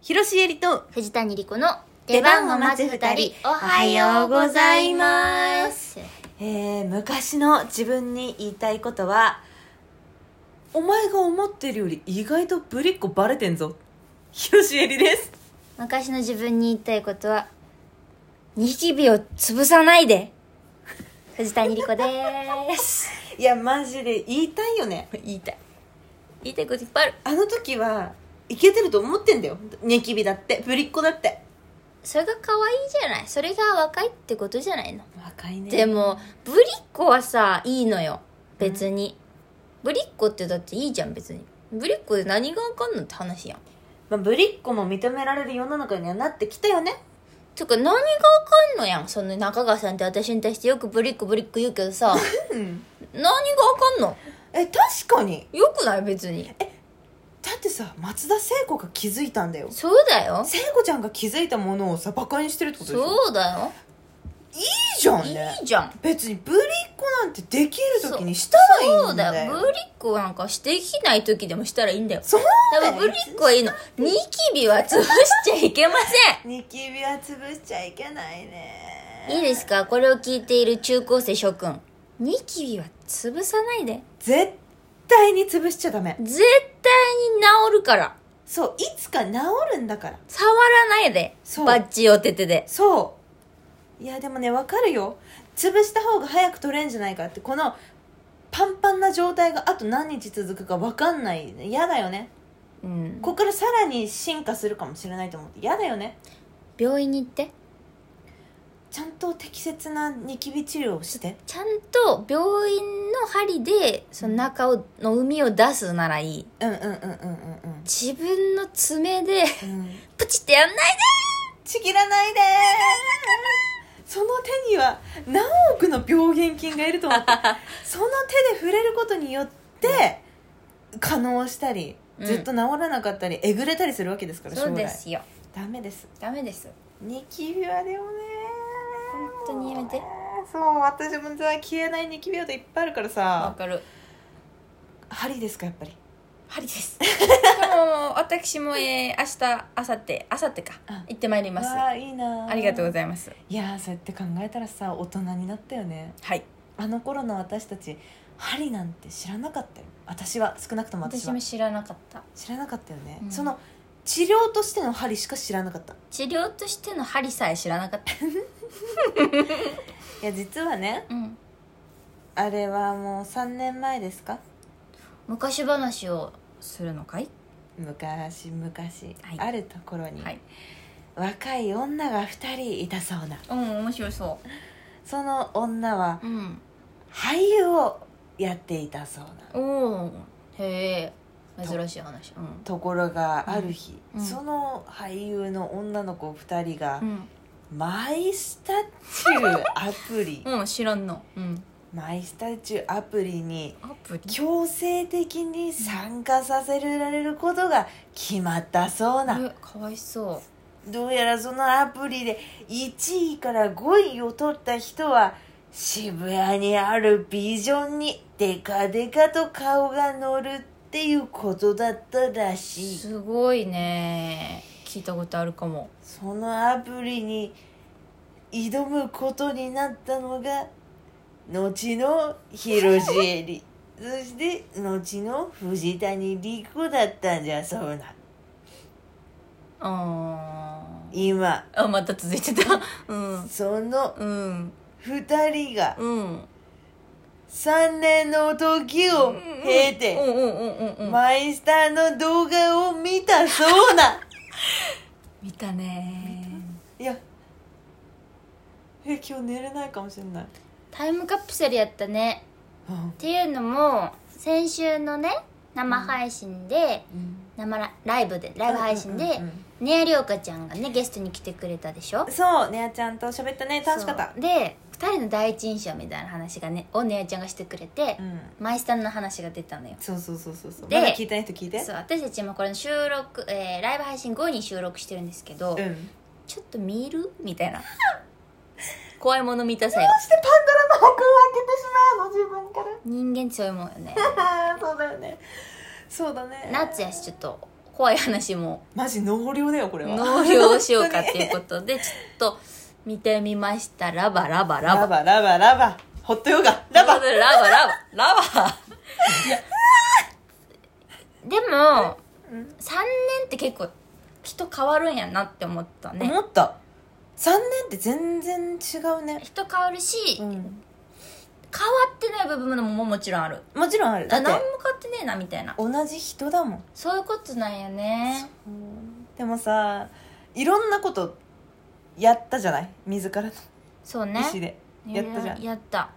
広しえりと藤谷莉子の出番を待つ二人おはようございますえー、昔の自分に言いたいことはお前が思ってるより意外とぶりっ子バレてんぞ広しえりです昔の自分に言いたいことはニキビを潰さないで藤谷莉子でーすいやマジで言いたいよね言いたい 言いたいこといっぱいあるあの時はいけてると思ってんだよニキビだってぶりっ子だってそれが可愛いじゃないそれが若いってことじゃないの若いねでもぶりっ子はさいいのよ別に、ぶりっ子ってだっていいじゃん別にぶりっ子で何がわかんのって話やんまあ、ぶりっ子も認められる世の中にはなってきたよねてか何がわかんのやんその中川さんって私に対してよくブリックブリック言うけどさうん何がわかんのえ確かによくない別にだってさ松田聖子が気づいたんだよそうだよ聖子ちゃんが気づいたものをさバカにしてるってことでしょそうだよいいじゃんねいいじゃん別にぶりっ子なんてできる時にしたらいそいうんだだよよブリックなんかしてきない時でもしたらいいんだよそうだだかよらブリックはいいのニキビは潰しちゃいけまニキビは潰しちゃいけないねせんいいですかこれを聞いている中高生諸君ニキビは潰さないで絶対に潰しちゃダメ絶対に治るからそういつか治るんだから触らないでそうバッチをててでそういやでもねわかるよ潰した方が早く取れんじゃないかってこのパンパンな状態があと何日続くかわかんない嫌だよねうんここからさらに進化するかもしれないと思って嫌だよね病院に行ってちゃんと適切なニキビ治療をしてちゃんと病院の針でその中をの膿を出すならいいうんうんうんうんうん自分の爪で うんうんプチってやんないちぎらないでーその手には何億の病原菌がいると思 ってその手で触れることによって可能したりうんずっと治らなかったり、えぐれたりするわけですからで将来そうですよダメですダメですニキビはでもね本当にやめてそう私もさ消えないニキビ跡いっぱいあるからわさかる針ですかやっぱり針です でも私も、えー、明日明後日明後日かあ行ってまいりますわあいいなありがとうごいざいますますいやーそうやって考えたらさ大人になったよねはいあの頃の私たち針なんて知らなかったよ私は少なくとも私私はも知らなかった知らなかったよね、うんその治療としての針しか知らなかった治療としての針さえ知らなかったいや実はねうんあれはもう3年前ですか昔話をするのかい昔昔、はいあるところに、はい若い女が2人いたそうなうん面白そその女はううん俳優をやっていたそうなおおへえ珍しい話うんところがある日、うんうんその俳優の女の子2人が、うん、マイスタチューアプリうん、知らんのうんマイスタチューアプリにアプ強制的に参加させられることが決まったそうなえかわいそどうやらそのアプリで1位から5位を取った人は渋谷にあるビジョンにデカデカと顔が乗るっていうことだったらうしいすごいね聞いたことあるかもそのアプリに挑むことになったのが後の広重絵 里そして後の藤谷莉子だったんじゃそうなあー今あまた続いてたうんそのうん2人がうん3年の時を経うんてうんうんうんうん、マイスターの動画を見たそうな見たね いやえ今日寝れないかもしれない、タイムカプセルやったねうんっていうのも先週のね生配信で、生ラライブでライブ配信で、うんうんうんねやりおかちゃんがねゲストに来てくれたでしょそうねあちゃんと喋ったね楽しかったそうで2人の第一印象みたいな話がねをねやちゃんがしてくれて、うんマイスタンの話が出たのよそうそうそうそうそうでまだ聞いたい人聞いてそう私たちもこれ収録、えーライブ配信後に収録してるんですけど、んちょっと見るみたいな怖いもの見たさよそしてパンドラの箱を開けてしまうの自分か人間強いもんよ ねらそうだよねそうだね夏やしちょっと怖い話もマジ納涼だよこれは納涼しようかっていうことでちょっと見てみましたラバラバララババラバラバホットヨガラバラバラバラバラバでもうん3年って結構人変わるんやなって思ったね思った3年って全然違うね、人変わるし、う変ん、わってない部分ももちろんあるもちろんあるだあっ何ても変わってねえなみたいな同じ人だもんそういうことなんやねでもさいろんなことやったじゃない自らのそう意ね思で、やったじゃんやった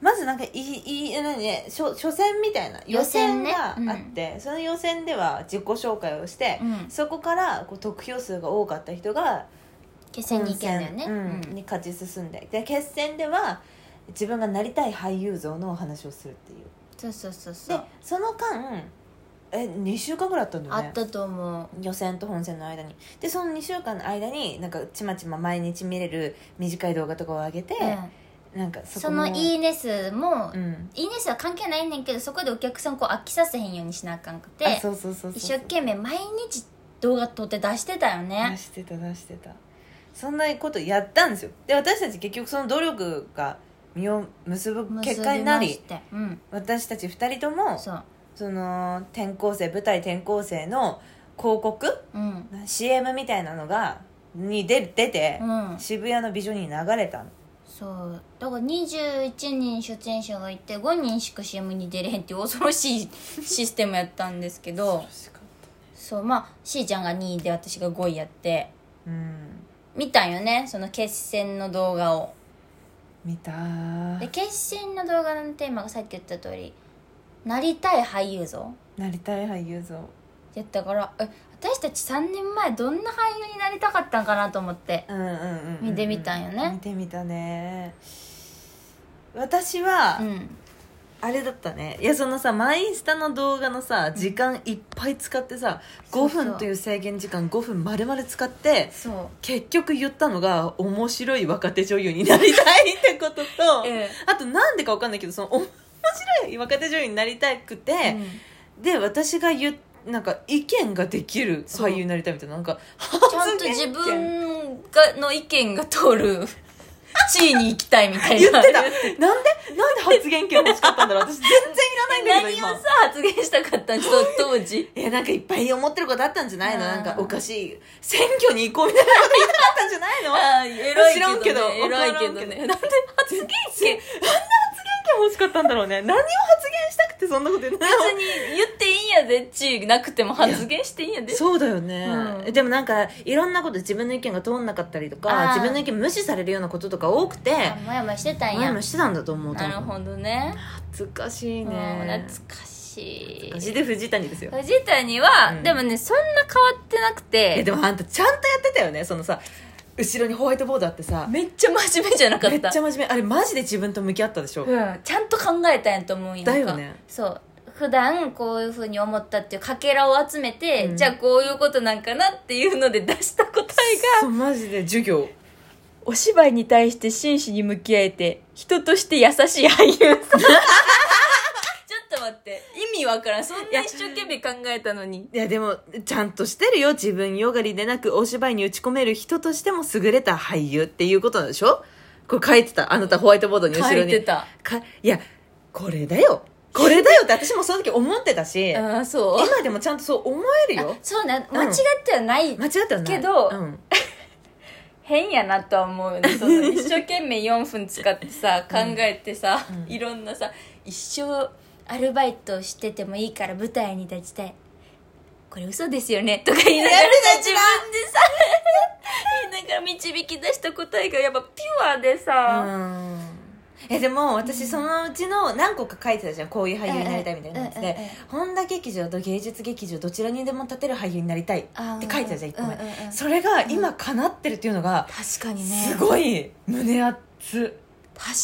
まずなんかいいい何ね初初戦みたいな予選があ予っ選て、その予選では自己紹介をして、うんそこからこう得票数が多かった人が決戦に行けんだよね、本戦うんに勝ち進んでで決戦では自分がなりたい俳優像のお話をするっていうそうそうそうそでうその間え2週間ぐらいあったんだよあねったと思う予選と本戦の間にでその2週間の間になんかちまちま毎日見れる短い動画とかを上げて、うんなんかそそこもの「いいね」数も「うんいいね」数は関係ないねんけどそこでお客さんこう飽きさせへんようにしなあかんくてあそうそうそうそう一生懸命毎日動画撮って出してたよ出ねしてた出してたそんなことやったんですよで私たち結局その努力が実を結ぶ結果になり結びましてうん私たち2人ともそそうの転校生舞台転校生の広告うん、 CM みたいなのがに出出て、うん、渋谷の美女に流れたのそうだから21人出演者がいて5人しか CM に出れへんっていう恐ろしい システムやったんですけどそうまあしーちゃんが2位で私が5位やってうん見たんよねその決戦の動画を見たでー決戦の動画のテーマがさっき言った通りなりたい俳優像なりたい俳優像やったからえ私たち3年前どんな俳優になりたかったんかなと思ってうんうんうん、うん、見てみたんよね見てみたね私は、うんあれだったねいやそのさマインスタの動画のさ時間いっぱい使ってさそ5うそう分という制限時間5分丸々使ってそう結局言ったのが面白い若手女優になりたいってことと、 ええあとなんでか分かんないけどその面白い若手女優になりたくて、うんで私が言っなんか意見ができる俳優になりたいみたいななんかちゃんと発言自権分がの意見が通る地位に行きたいみたい言ってなたなんでなんで発言権欲しかったんだろう私全然いらないんだ何けをどさ今発言したかったんその当時えなんかいっぱい思ってることあったんじゃないのあーなんかおかしい選挙に行こうみたいなこと言いたかったんじゃ ないのああ偉い知らんけけどどね偉いけどわからんねけなんで発言権選挙欲しかったんだろうね何を発言したくてそんなこと言うの別に言っていいんやで地位なくても発言していいんや でそうだよね、うんでもなんかいろんなこと自分の意見が通んなかったりとあーか自分の意見無視されるようなこととか多くてあもやもやしてたん前やもしてたんだと思う多な分るほどね懐かしいうんね懐かしいマジで藤谷ですよ藤谷は、うんでもねそんな変わってなくえてでもあんたちゃんとやってたよねそのさ後ろにホワイトボードあってさめっちゃ真面目じゃなかっためっちゃ真面目あれマジで自分と向き合ったでしょ、うん、ちゃんと考えたんやと思うんやんかだよねそう普段こういうふうに思ったっていうかけらを集めて、うんじゃあこういうことなんかなっていうので出した答えがそうマジで授業 お芝居に対して真摯に向き合えて人として優しい俳優 ちょっと待って意味わからんそんな一生懸命考えたのにいやでもちゃんとしてるよ自分よがりでなくお芝居に打ち込める人としても優れた俳優っていうことなんでしょこれ書いてたあなたホワイトボードに後書ろいにてたかいやこれだよこれだよって私もその時思ってたしああそう今でもちゃんとそう思えるよそうねうん間違ってはない、間違ってはないけどうん、変やなとは思 うよねその一生懸命4分使ってさ考えてさ、うんいろんなさ一生アルバイトしててもいいから舞台に立ちたいこれ嘘です よねとか言いながらやるさやつ自だ分でさ 言いながら導き出した答えがやっぱピュアでさ、えでも私そのうちの何個か書いてたじゃんこういう俳優になりたいみたいなやつうんうんうでんうん本田劇場と芸術劇場どちらにでも立てる俳優になりたいってあ書いてたじゃん1個うんうんうん前それが今叶ってるっていうのが確かにねすごい胸熱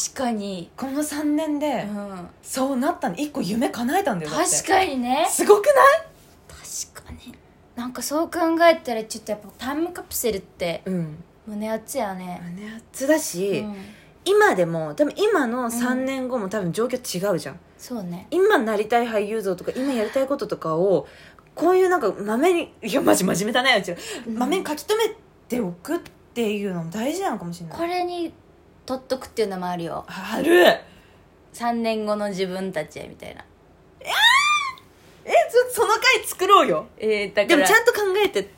確かに、この3年うでん、そうなったの1個夢叶えたんだよだって確かにねすごくない確かになんかそう考えたらちょっとやっぱタイムカプセルってうん胸熱やね、胸熱だし、うん今でも多分今の3年後も多分状況違うじゃんそうね今なりたい俳優像とか今やりたいこととかをこういうなんかまめにいやマジ真面目だねうちらまめに書き留めておくっていうのも大事なのかもしれないこれに取っとくっていうのもあるよあるえ3年後の自分たちへみたいなそその回作ろうよえー、だでかもらちゃんと考えて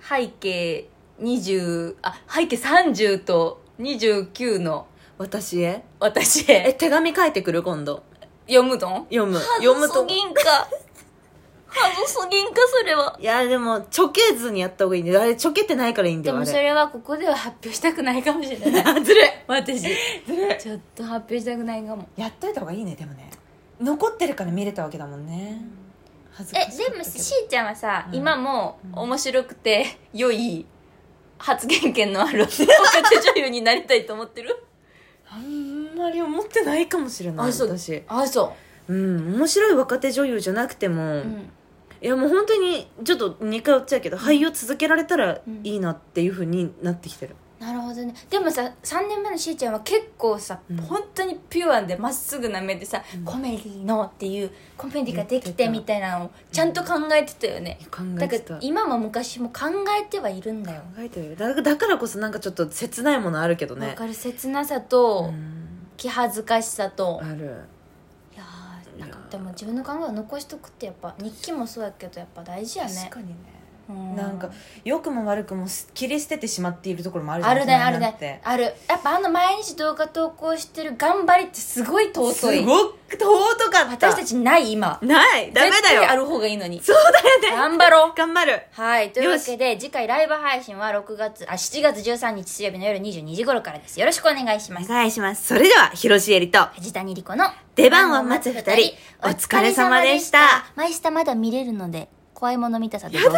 背景20あ背景30と29の私へ私えへ手紙書いてくる今度読むの読む読読むむととぎんかはずすぎんかそれはいやでもちょけずにやった方がいいんだよあれちょけてないからいいんだでよもあそれれはここでは発表したくないかもしれ ないあずるい私ずるいちょっと発表したくないかもやっといた方がいいねでもね残ってるから見れたわけだもんね恥ずえかしかったでけもどしーちゃんはさ、うん今もうん面白くて良い発言権のある若手女優になりたいと思ってるあんまり思ってないかもしれないあそう私あそうん面白い若手女優じゃなくても、ううんいやもう本当にちょっと2回落ちちゃうけど、俳優続けられたらいいなっていうふうになってきてる、なるほどねでもさ3年目のしーちゃんは結構さ、うん本当にピュアでまっすぐな目でさ、コメディのっていうコメディができてみたいなのをちゃんと考えてたよね、考だえかてらた考今も昔も考えてはいるんだよえてるだだからこそなんかちょっと切ないものあるけどわ、ねかる切なさと、うん気恥ずかしさと、あるいやーなんかいやーでも自分の考えを残しとくってやっぱ日記もそうやけどやっぱ大事やね確かにねうんなんか良くも悪くもす切り捨ててしまっているところもあるじゃあんるねあ大人るになってねあるやっぱあの毎日動画投稿してる頑張りってすごい尊いすごく尊かった私たちない今ないダメだ絶対あよる方がいいの にそうだよね頑張ろう頑張るはいというわけで次回ライブ配信は6月あ7月13日水曜日の夜22時頃からですよろしくお願いしまおす願いしますそれでは広重エリと藤谷莉子の出番を待つ二人お疲れ様でしたマイスタまだ見れるので怖いもの見たさでどうぞ